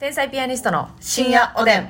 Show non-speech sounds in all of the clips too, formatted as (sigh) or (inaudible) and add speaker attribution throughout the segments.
Speaker 1: 天才ピアニストの深夜おでん。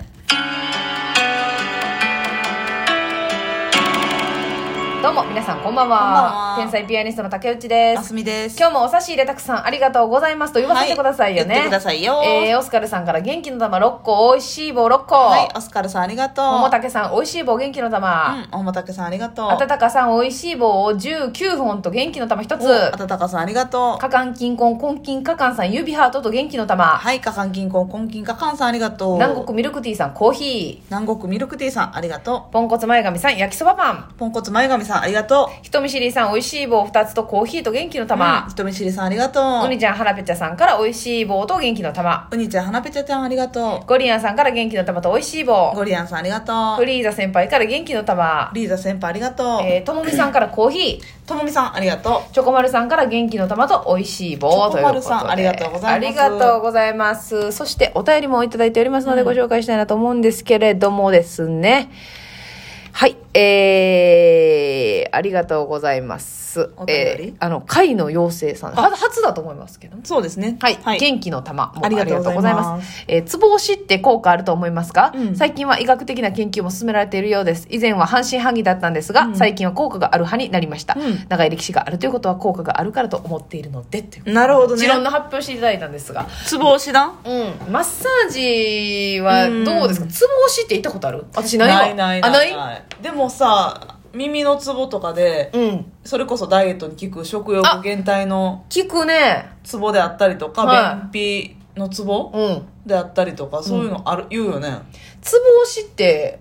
Speaker 1: どうも皆さんこんばんは
Speaker 2: こんばんは
Speaker 1: 天才ピアニストの竹内で
Speaker 2: あ
Speaker 1: す
Speaker 2: すみです。
Speaker 1: 今日もお差し入れたくさんありがとうございますと言わせてくださいよね、
Speaker 2: はい言ってくださいよ
Speaker 1: えーオスカルさんから元気の玉6個おいしい棒6個、
Speaker 2: はい、オスカルさんありがとう。
Speaker 1: 桃竹さんおいしい棒元気の玉、
Speaker 2: うん、桃竹さんありがとう。
Speaker 1: あたたかさんおいしい棒を19本と元気の玉1
Speaker 2: おあ
Speaker 1: つ
Speaker 2: たたかさんありがとう。
Speaker 1: かかんきんこんこんきんかかんさん指ハートと元気の玉
Speaker 2: はい、かかんきんこんこんきんかかんさんありがとう。
Speaker 1: 南国ミルクティーさんコーヒ
Speaker 2: 南国ミルクティーさんありがと
Speaker 1: ーポンコツ前髪さん焼きそばパン
Speaker 2: う。ポンコツ前髪さんありがとう。
Speaker 1: 人見知りさんおいしい棒2つとコーヒーと元気の
Speaker 2: うん
Speaker 1: 玉、
Speaker 2: 人見知りさんありがと
Speaker 1: う
Speaker 2: う。
Speaker 1: にちゃんはらぺちゃさんからおいしい棒と元気の玉
Speaker 2: うにちゃん、はなぺちゃちゃんありがと
Speaker 1: ゴリアンさんから元気の玉とおいしい棒
Speaker 2: う。ゴリアンさんありがと
Speaker 1: フ
Speaker 2: う。
Speaker 1: リーザ先輩から元気の玉、
Speaker 2: リーザ先輩ありがとう。
Speaker 1: えー、ともみさんからコーヒ
Speaker 2: (clears throat)
Speaker 1: ー
Speaker 2: ともみさんありがと
Speaker 1: チョコマルさんから元気の玉と美味しい棒
Speaker 2: チョ
Speaker 1: というこ
Speaker 2: コマ
Speaker 1: とで
Speaker 2: ルさんありがとうございます
Speaker 1: ありがとうございますそしてお便りもいただいておりますのでご紹介したいなと思うんですけれどもですね、はいえー、ありがとうございます
Speaker 2: お便り
Speaker 1: えーあの会の妖精さんは初だと思いますけど
Speaker 2: う。そうですね。
Speaker 1: はい、
Speaker 2: はい。
Speaker 1: 元気の玉もあ
Speaker 2: あ
Speaker 1: りが
Speaker 2: りが
Speaker 1: と
Speaker 2: と
Speaker 1: う
Speaker 2: う
Speaker 1: ご
Speaker 2: ございます
Speaker 1: ざいます。えー、つぼ押しって効果あると思いますか、
Speaker 2: うん
Speaker 1: 最近は医学的な研究も進められているようです。以前は半信半疑だったんですが、
Speaker 2: うん
Speaker 1: 最近は効果がある派になりました、
Speaker 2: うん
Speaker 1: 長い歴史があるということは効果があるからと思っているので、という
Speaker 2: なるほどね
Speaker 1: 持論の発表していただいたんですが、
Speaker 2: つぼ押しだ
Speaker 1: うん、マッサージはどうですか
Speaker 2: うん
Speaker 1: つぼ押しって行ったことある私ないわ。
Speaker 2: ない
Speaker 1: あ、
Speaker 2: な
Speaker 1: ない
Speaker 2: いない。でもさ、耳のツボとかで、
Speaker 1: うん。
Speaker 2: それこそダイエットに効く食欲減退の
Speaker 1: 聞くね。
Speaker 2: ツボであったりとか、
Speaker 1: は
Speaker 2: 便秘のツボ
Speaker 1: うん。
Speaker 2: であったりとか、そういうのある、言うよね。
Speaker 1: つぼ押しって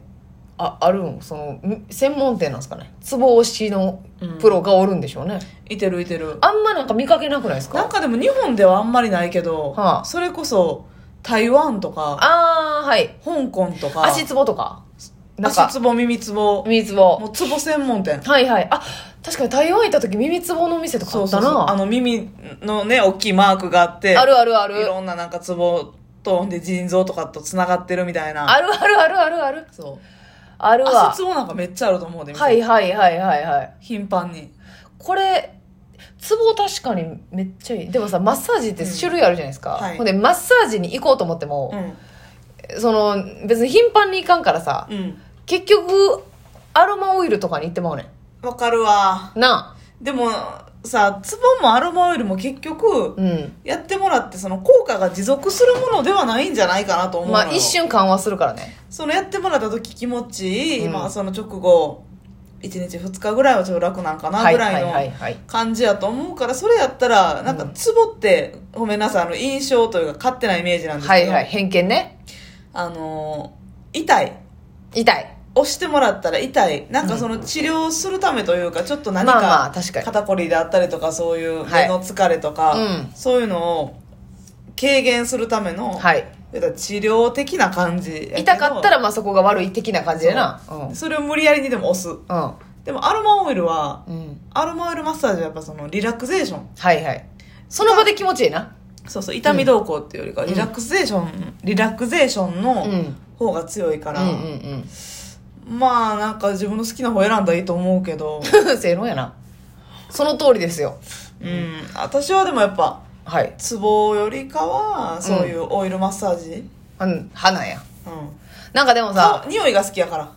Speaker 1: ああるんそのん専門店なんですかねつぼ押しのプロがおるんでしょうね、
Speaker 2: いてるいてる。
Speaker 1: あんまなんか見かけなくないです
Speaker 2: なん
Speaker 1: か
Speaker 2: かでも日本ではあんまりないけど、
Speaker 1: はあ
Speaker 2: それこそ台湾とか、
Speaker 1: ああーはい
Speaker 2: 香港とか、
Speaker 1: 足つぼとかなんか
Speaker 2: 足ツボ、耳ツボ、
Speaker 1: 耳つぼ
Speaker 2: もうツボ専門店。
Speaker 1: はいはいあ確かに台湾行った時耳つぼの店とかあったな
Speaker 2: あの耳のね、大きいマークがあって、
Speaker 1: あるあるある
Speaker 2: いろんななんかツボと、で腎臓とかと繋がってるみたいな。
Speaker 1: あるあるあるあるある
Speaker 2: そう。
Speaker 1: あるわ
Speaker 2: 足ツボなんかめっちゃあると思うで、店
Speaker 1: はいはいはいはいはい
Speaker 2: 頻繁に。
Speaker 1: これツボ確かにめっちゃいいでもさマッサージって種類あるじゃないですか、
Speaker 2: うんはい
Speaker 1: ほんでマッサージに行こうと思っても
Speaker 2: う、ん。
Speaker 1: その別に頻繁に行かんからさ、
Speaker 2: うん。
Speaker 1: 結局アロマオイルとかに行ってまうね
Speaker 2: わかるわ。
Speaker 1: んなあ
Speaker 2: でもさ、ツボもアロマオイルも結局、
Speaker 1: うん
Speaker 2: やってもらってその効果が持続するものではないんじゃないかなと思うの
Speaker 1: ま
Speaker 2: よ
Speaker 1: あ一瞬緩和するからね
Speaker 2: そのやってもらった時気持ちいい、
Speaker 1: うん
Speaker 2: まあその直後1日2日ぐらいはちょっと楽なんかな
Speaker 1: はい
Speaker 2: ぐ
Speaker 1: は
Speaker 2: ら
Speaker 1: いはいい
Speaker 2: の
Speaker 1: はい
Speaker 2: 感じやと思うからそれやったらなんかツボって、ごめんなさいあの印象というか勝手なイメージなんです
Speaker 1: は
Speaker 2: け
Speaker 1: い
Speaker 2: ど、
Speaker 1: はい偏見ね
Speaker 2: あのー痛い
Speaker 1: 痛い
Speaker 2: 押してもらったら痛いなんかその治療するためというかちょっと何か、
Speaker 1: まあまあ確かに
Speaker 2: 肩こりであったりとかそういう
Speaker 1: はい
Speaker 2: 目の疲れとか、
Speaker 1: うん
Speaker 2: そういうのを軽減するための、
Speaker 1: はい
Speaker 2: だから治療的な感じやけど
Speaker 1: 痛かったらまあそこが悪い的な感じでなう
Speaker 2: それを無理やりにでも押す
Speaker 1: ん
Speaker 2: でもアロマオイルは
Speaker 1: うんうん
Speaker 2: アロマオイルマッサージはやっぱそのリラクゼーション
Speaker 1: はいはいその場で気持ちいいな
Speaker 2: そうそう痛み動向っていうよりか
Speaker 1: ん
Speaker 2: リラクゼーション、リラクゼーション
Speaker 1: うんう
Speaker 2: の
Speaker 1: ん
Speaker 2: 方が強いか
Speaker 1: う
Speaker 2: ら、
Speaker 1: ん
Speaker 2: まあなんか自分の好きな方選んだらいいと思うけど
Speaker 1: うん (laughs) 正論やなその通りですよ
Speaker 2: うん私はでもやっぱ
Speaker 1: はい
Speaker 2: ツボよりかはそういうオイルマッサージ、
Speaker 1: うん花や
Speaker 2: うん
Speaker 1: なんかでも
Speaker 2: か
Speaker 1: さ
Speaker 2: 匂いが好きやから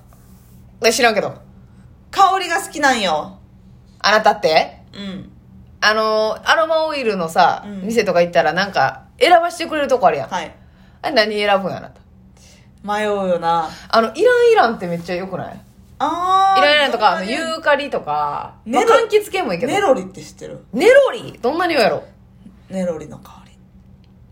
Speaker 1: え知らんけど
Speaker 2: 香りが好きなんよ
Speaker 1: あなたって
Speaker 2: うん
Speaker 1: あのアロマオイルのさ、
Speaker 2: うん
Speaker 1: 店とか行ったらなんか選ばしてくれるとこあるやん
Speaker 2: はい
Speaker 1: あれ何選ぶんやなと。
Speaker 2: 迷うよな
Speaker 1: あの、イランイランってめっちゃ良くない
Speaker 2: あー
Speaker 1: イランイランとか、あの、
Speaker 2: どんな匂い
Speaker 1: ユーカリとか、
Speaker 2: ネ
Speaker 1: まあ、柑
Speaker 2: ロ
Speaker 1: 橘系もいいけど。
Speaker 2: ネロリって知ってる
Speaker 1: ネロリどんな匂いやろ
Speaker 2: ネロリの香り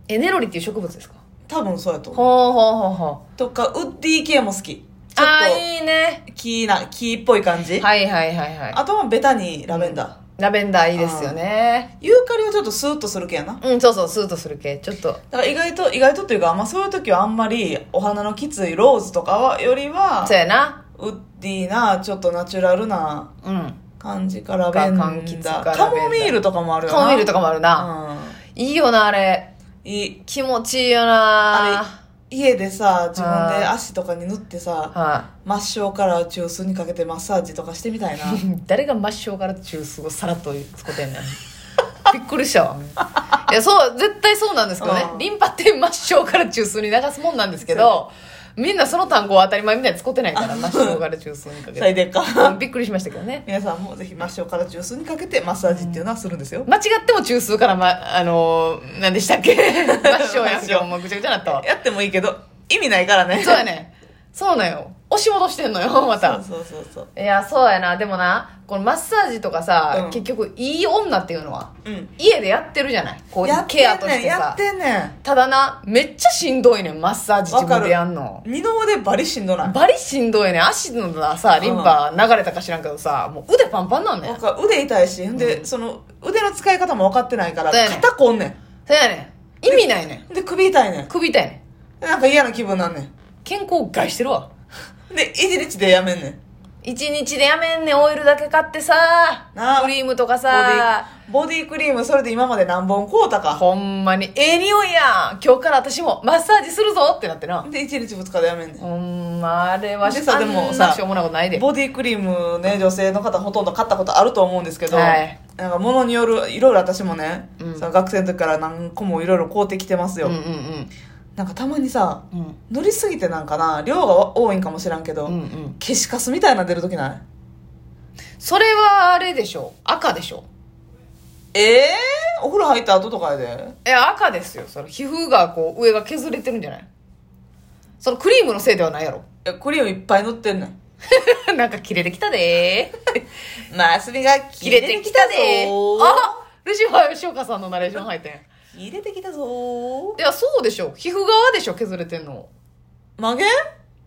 Speaker 1: え、ネロリっていう植物ですか
Speaker 2: 多分そうやと思う
Speaker 1: ほうほうほうほう。
Speaker 2: とかウッディ系も好きちょ
Speaker 1: あー
Speaker 2: っ
Speaker 1: いいね。
Speaker 2: と木な木っぽい感じ、
Speaker 1: はいはいはいはい。
Speaker 2: あとはベタにラベンダー、
Speaker 1: ラベンダーいいですよね。
Speaker 2: ユーカリはちょっとスーッとする系やなだ
Speaker 1: うん、そうそう、スーッとする系。ちょっと。
Speaker 2: から意外と意外とっていうか、まあ、そういう時はあんまりお花のきついローズとかはよりは
Speaker 1: そうやな。
Speaker 2: ウッディなちょっとナチュラルな
Speaker 1: うん。
Speaker 2: 感じからベンダ
Speaker 1: 柑橘かラベンダ
Speaker 2: ー
Speaker 1: ー
Speaker 2: カモミールとかもあるよな
Speaker 1: カモミールとかもあるな。いいよな、あれ。
Speaker 2: うんいい
Speaker 1: 気持ちいいよ
Speaker 2: あ
Speaker 1: な。
Speaker 2: れ家でさ自分で
Speaker 1: あー
Speaker 2: 足とかに塗ってさ
Speaker 1: は
Speaker 2: 抹消から中枢にか
Speaker 1: (laughs)
Speaker 2: けてマッサージとかしてみたいな
Speaker 1: い。誰が抹消から中枢をさらっと使ってんねん。びっくりしたわいやそう絶対そうなんですけどね
Speaker 2: うん
Speaker 1: リンパ点末梢から中枢に流すもんなんですけどみんなその単語を当たり前みたいに使ってないから末梢から中枢にかけ
Speaker 2: (laughs) 最
Speaker 1: て
Speaker 2: 低か (laughs)
Speaker 1: うんびっくりしましたけどね
Speaker 2: 皆さんもぜひ末梢から中枢にかけてマッサージっていうのはするんですよ、
Speaker 1: 間違っても中枢から、ま、あのー、何でしたっ
Speaker 2: (laughs)
Speaker 1: け末梢やんけ
Speaker 2: 末梢
Speaker 1: もうぐちゃぐちゃなったわ
Speaker 2: やってもいいけど意味ないからね
Speaker 1: そうやねそうなんよ押し戻してんのよまた
Speaker 2: そうそうそうそう
Speaker 1: いやそうやなでもなこのマッサージとかさ、
Speaker 2: うん
Speaker 1: 結局いい女っていうのは
Speaker 2: うん
Speaker 1: 家でやってるじゃないこういうケアとして
Speaker 2: や
Speaker 1: さ
Speaker 2: ってんねんやってんね
Speaker 1: ただなめっちゃしんどいねんマッサージ自分でやんの
Speaker 2: ん二の腕バリしんどない
Speaker 1: バリしんどいねん足のさリンパ流れたか知らんけどさもう腕パンパンなんねん
Speaker 2: なんか腕痛いしんで、
Speaker 1: うん
Speaker 2: その腕の使い方も分かってないから
Speaker 1: そうやねん
Speaker 2: 肩こんね
Speaker 1: そうやねん意味ないね
Speaker 2: んで首痛いねん
Speaker 1: ん首痛いね
Speaker 2: でなんか嫌な気分なんね
Speaker 1: ん健康害してるわ
Speaker 2: んで一日でやめんねん
Speaker 1: 一日でやめんねんオイルだけ買ってさ
Speaker 2: なあ
Speaker 1: クリームとかさ
Speaker 2: ボディボディクリームそれで今まで何本買うたか
Speaker 1: ほんまにええ匂いやん今日から私もマッサージするぞってなってな
Speaker 2: で1日2日でやめんねん
Speaker 1: ほんまあれは
Speaker 2: でさ
Speaker 1: あんな
Speaker 2: でもさ
Speaker 1: しょうもないことないで
Speaker 2: ボディクリームね女性の方ほとんど買ったことあると思うんですけど、
Speaker 1: はい
Speaker 2: なんか物によるいろいろ私もね、
Speaker 1: うん
Speaker 2: その学生の時から何個もいろいろ買うてきてますよ、
Speaker 1: うんうん
Speaker 2: なんかたまにさ
Speaker 1: うんうん
Speaker 2: 塗りすぎてなんかな量が多いんかもしらんけど、
Speaker 1: うんうん
Speaker 2: 消しカスみたいなの出る時ない
Speaker 1: それはあれでしょ赤でしょ
Speaker 2: ええー、お風呂入った後とかやで
Speaker 1: いや赤ですよその皮膚がこう上が削れてるんじゃないそのクリームのせいではないやろ (laughs)
Speaker 2: えクリームいっぱい塗ってんねん
Speaker 1: なんか切れてきたでー
Speaker 2: まあすみが
Speaker 1: (laughs) 切
Speaker 2: 切
Speaker 1: れてきたでー
Speaker 2: あ
Speaker 1: あルシファー吉岡さんのナレーション入ってん
Speaker 2: 切れてきたぞ
Speaker 1: いやそうでしょ皮膚側でしょ削れてんの
Speaker 2: 曲げ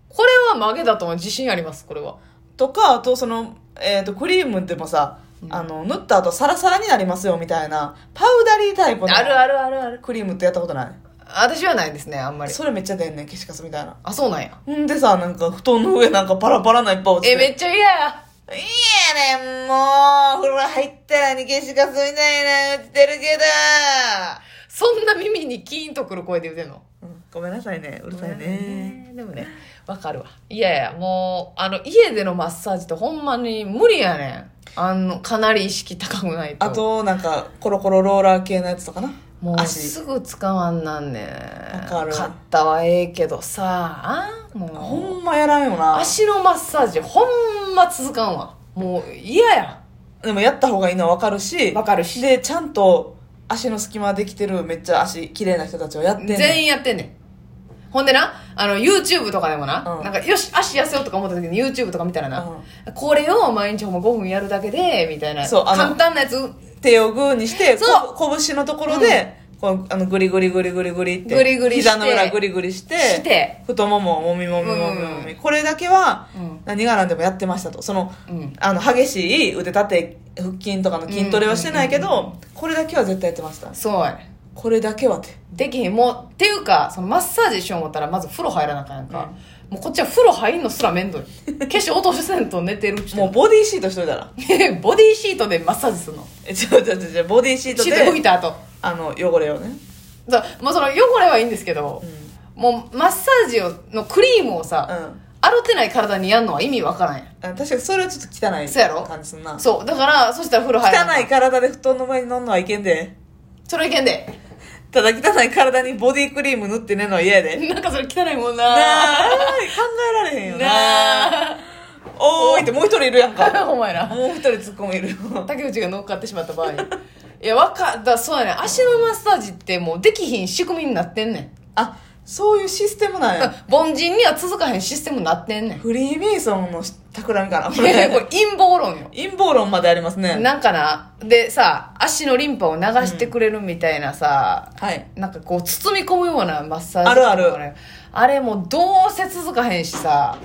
Speaker 1: これは曲げだと思う自信ありますこれは
Speaker 2: とかあとその、えー、とクリームでもさ、あの塗った後サラサラになりますよみたいなパウダリータイプの
Speaker 1: あるあるあるある
Speaker 2: クリームってやったことない
Speaker 1: 私はないですねあんまり
Speaker 2: それめっちゃ出んねん消しカスみたいな
Speaker 1: あそうなんや
Speaker 2: んでさなんか布団の上なんかパラパラないっぱい落ち
Speaker 1: え
Speaker 2: て
Speaker 1: めっちゃ嫌や
Speaker 2: いいやねんもうお風呂入ったらに消しカスみたいな落ちてるけ
Speaker 1: そんな耳にキーンとくる声で言うてんの
Speaker 2: ど、うんごめんなさいねうるさいね
Speaker 1: でもねわかるわいやいやもうあの家でのマッサージってほんまに無理やねんあのかなり意識高くないと
Speaker 2: あとなんかコロコロローラー系のやつとかな
Speaker 1: もう
Speaker 2: 足
Speaker 1: すぐ使わんなんねん
Speaker 2: かる
Speaker 1: 買ったはええけどさあも
Speaker 2: ほ
Speaker 1: うん
Speaker 2: まやらんよな
Speaker 1: 足のマッサージほんま続かんわもう嫌や
Speaker 2: でもやった方がいいのは分かるし
Speaker 1: わかるし
Speaker 2: でちゃんと足の隙間できてるめっちゃ足綺麗な人たちをやってんねん
Speaker 1: 全員やってんねんほんでなあの YouTube とかでもな,、
Speaker 2: うん
Speaker 1: なんかよし足痩せようとか思った時に YouTube とか見たらな、これを毎日ほんま5分やるだけでみたいな
Speaker 2: そうあの
Speaker 1: 簡単なやつ
Speaker 2: 手をグーにして
Speaker 1: そう
Speaker 2: こ拳のところで、こうあのグリグリグリグリグリって
Speaker 1: グリグリして
Speaker 2: 膝の裏グリグリして
Speaker 1: して
Speaker 2: 太ももをもみもみもみもみ、
Speaker 1: う
Speaker 2: これだけは
Speaker 1: うん
Speaker 2: 何が何でもやってましたとその,、
Speaker 1: うん
Speaker 2: あの激しい腕立て腹筋とかの筋トレはしてないけど、これだけは絶対やってました
Speaker 1: そうやね
Speaker 2: これだけはって
Speaker 1: できへんもうっていうかそのマッサージしよう思ったらまず風呂入らなあかんやんか、もうこっちは風呂入んのすら面倒
Speaker 2: (laughs)
Speaker 1: い化粧落とせんと寝てるうち
Speaker 2: もうボディーシートしといたら
Speaker 1: (laughs) ボディーシートでマッサージするの
Speaker 2: えちょちょちょちょボディーシート
Speaker 1: シートで拭
Speaker 2: で
Speaker 1: いた後
Speaker 2: あの汚れをね、
Speaker 1: そうもうその汚れはいいんですけど、もうマッサージをのクリームをさ、
Speaker 2: うん
Speaker 1: 洗ってない体にやんのは意味わからんやん
Speaker 2: あ確かにそれはちょっと汚い
Speaker 1: そうやろ
Speaker 2: 感じすんな
Speaker 1: そうだからそしたら風呂入らな
Speaker 2: 汚い体で布団の上に乗んのはいけんで
Speaker 1: それいけんで
Speaker 2: ただ汚い体にボディクリーム塗ってねんのは嫌やでな
Speaker 1: なんかそれ汚いもん
Speaker 2: あ
Speaker 1: な
Speaker 2: 考えられへんよな
Speaker 1: な
Speaker 2: おーいってもう一人いるやんか
Speaker 1: あ (laughs) お前ら
Speaker 2: もう一人ツッコミいるよ
Speaker 1: 竹内が乗っかってしまった場合いやわかだそうやね足のマッサージってもうできひん仕組みになってんねん
Speaker 2: あそういうシステムなんや
Speaker 1: 凡人には続かへんシステムになって
Speaker 2: (laughs)
Speaker 1: んねんこ
Speaker 2: フリーメイソンの企みかなこ
Speaker 1: れ
Speaker 2: れ
Speaker 1: 陰謀論よ
Speaker 2: 陰謀論までありますね
Speaker 1: なんかなでさ足のリンパを流してくれるみたいなさ、
Speaker 2: はい
Speaker 1: なんかこう包み込むようなマッサージ
Speaker 2: あるある
Speaker 1: とかねあれもうどうせ続かへんしさ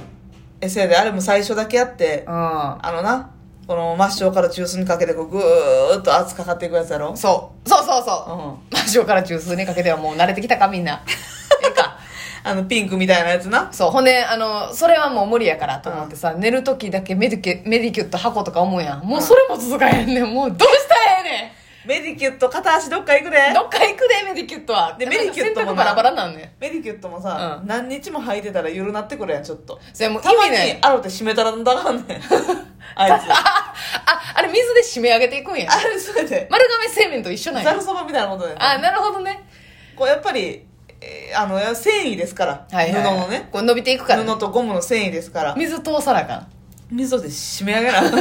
Speaker 2: えせやであれも最初だけやって
Speaker 1: う
Speaker 2: あのなこの末梢から中枢にかけてこうぐーっと圧かかっていくやつやろ
Speaker 1: んそうそうそうそう、
Speaker 2: うん
Speaker 1: 真正から中枢にかけてはもう慣れてきたかみんなええか
Speaker 2: (laughs) あのピンクみたいなやつな
Speaker 1: そうほんであのそれはもう無理やからと思ってさ、寝る時だけメディケメディキュット箱とか思うやんもうそれも続かへんねんもうどうしたらえ
Speaker 2: メディキュット片足どっか行くで
Speaker 1: えねんどっか行くでメディキュットは
Speaker 2: でメディキュットも
Speaker 1: 洗
Speaker 2: な
Speaker 1: 濯バラバラなんねん
Speaker 2: メディキュットもさ、
Speaker 1: うん
Speaker 2: 何日も履いてたら緩なってくるやんちょっと
Speaker 1: それもう
Speaker 2: たま
Speaker 1: 意味
Speaker 2: に
Speaker 1: ない (laughs)
Speaker 2: あろうって締めたらだがんねんあい
Speaker 1: あ、
Speaker 2: つ。
Speaker 1: あれ水で締め上げていくんや。
Speaker 2: あれ、そうやで。
Speaker 1: 丸亀製麺と一緒なん
Speaker 2: ざ
Speaker 1: や
Speaker 2: る。そばみたいなことで、ね。
Speaker 1: あ、なるほどね。
Speaker 2: こうやっぱり、えーあの、繊維ですから。
Speaker 1: はいはい、はい。
Speaker 2: 布のね。
Speaker 1: こう伸びていくから、
Speaker 2: 布とゴムの繊維ですから。
Speaker 1: 水通さなあかん。 (laughs)
Speaker 2: 溝で締め上げな。
Speaker 1: 確か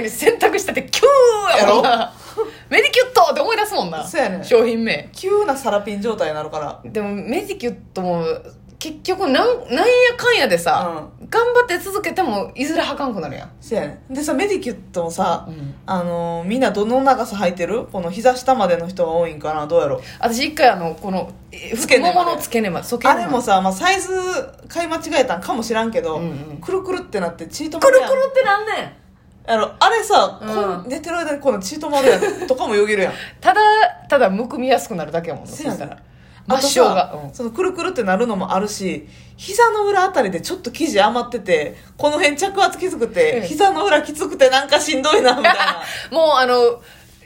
Speaker 1: に洗濯したってキューやろなメディキュットって思い出すもんな
Speaker 2: そうやねん
Speaker 1: 商品名
Speaker 2: 急なサラピン状態になるから。
Speaker 1: でもメディキュットも結局なんなんやかんやでさ、頑張って続けてもいずれはかんくなるやん、
Speaker 2: そうやねん。でさ、メディキュットもさ、
Speaker 1: うん
Speaker 2: あのーみんなどの長さ履いてるこの膝下までの人が多いんかなどうやろう
Speaker 1: 私一回あのこのえ
Speaker 2: 付け
Speaker 1: 太
Speaker 2: 根まで
Speaker 1: ももの付け根までそけ
Speaker 2: あ
Speaker 1: 根
Speaker 2: れ
Speaker 1: まで
Speaker 2: もさ、まあ、サイズ買い間違えたんかもしらんけど、
Speaker 1: うんうん
Speaker 2: くるくるってなってチート
Speaker 1: く
Speaker 2: マ
Speaker 1: る
Speaker 2: ル
Speaker 1: く
Speaker 2: やん
Speaker 1: るってなんねん
Speaker 2: あのあれさ、
Speaker 1: うん
Speaker 2: こう寝てる間にこのチート
Speaker 1: (laughs)
Speaker 2: マルやんとかもよぎるやん
Speaker 1: ただただむくみやすくなるだけやもんなそ
Speaker 2: そうや
Speaker 1: し
Speaker 2: ね
Speaker 1: た
Speaker 2: ん
Speaker 1: ら
Speaker 2: あ
Speaker 1: 抹
Speaker 2: と
Speaker 1: 消が
Speaker 2: さ、
Speaker 1: うん
Speaker 2: そのくるくるってなるのもあるし膝の裏あたりでちょっと生地余っててこの辺着圧きつくて、
Speaker 1: うん
Speaker 2: 膝の裏きつくてなんかしんどいなみたい
Speaker 1: (laughs)
Speaker 2: な
Speaker 1: もうあの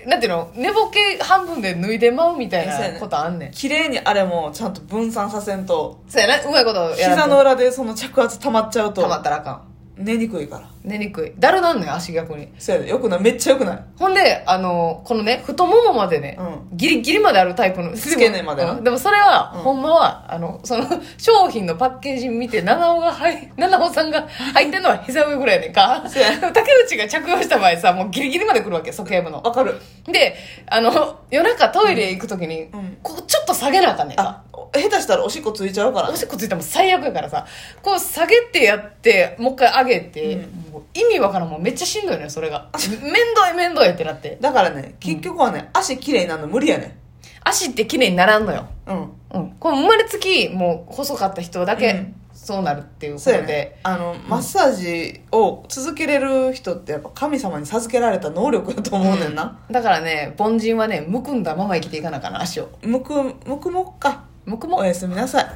Speaker 1: なんていうの寝ぼけ半分で脱いでまうみたい
Speaker 2: そうや
Speaker 1: な
Speaker 2: ね
Speaker 1: ことあんねん
Speaker 2: 綺麗にあれもちゃんと分散させんと
Speaker 1: そうやなうまいことやらんと
Speaker 2: 膝の裏でその着圧溜まっちゃうと
Speaker 1: 溜まったらあかん
Speaker 2: 寝にくいから
Speaker 1: 寝にくいだるなんねん足逆に
Speaker 2: そうやでよくないめっちゃよくない
Speaker 1: ほんであのこのね太ももまでね、
Speaker 2: う
Speaker 1: ギリギリまであるタイプの付
Speaker 2: け根までな
Speaker 1: でもそれは、
Speaker 2: うん
Speaker 1: ほんまはあのその商品のパッケージ見て七尾がはい七尾さんが入ってんのは膝上ぐらいやねんか
Speaker 2: そうや
Speaker 1: でも竹内が着用した場合さもうギリギリまで来るわけ鼠径部の
Speaker 2: わかる
Speaker 1: であの夜中トイレ行く時に、
Speaker 2: うんうん
Speaker 1: こうちょっと下げなあかんねんか
Speaker 2: あ下手したらおしっこついちゃうから
Speaker 1: おしっこついても最悪やからさこう下げてやってもう一回上げて、もう意味わからんもうめっちゃしんどいのよそれ
Speaker 2: (laughs)
Speaker 1: がめんどいめんどいってなって
Speaker 2: だからね結局はね、足綺麗になるの無理やね
Speaker 1: 足って綺麗にならんのよ、
Speaker 2: うん
Speaker 1: うん、これ生まれつきもう細かった人だ
Speaker 2: う
Speaker 1: け
Speaker 2: ん
Speaker 1: そうなるっていうこと
Speaker 2: そう
Speaker 1: で、
Speaker 2: やねあのマッサージを続けれる人ってやっぱ神様に授けられた能力だと思うねんな、
Speaker 1: だからね凡人はねむくんだまま生きていかなあかんな足を
Speaker 2: むくむくもっか
Speaker 1: むくも
Speaker 2: おやすみなさい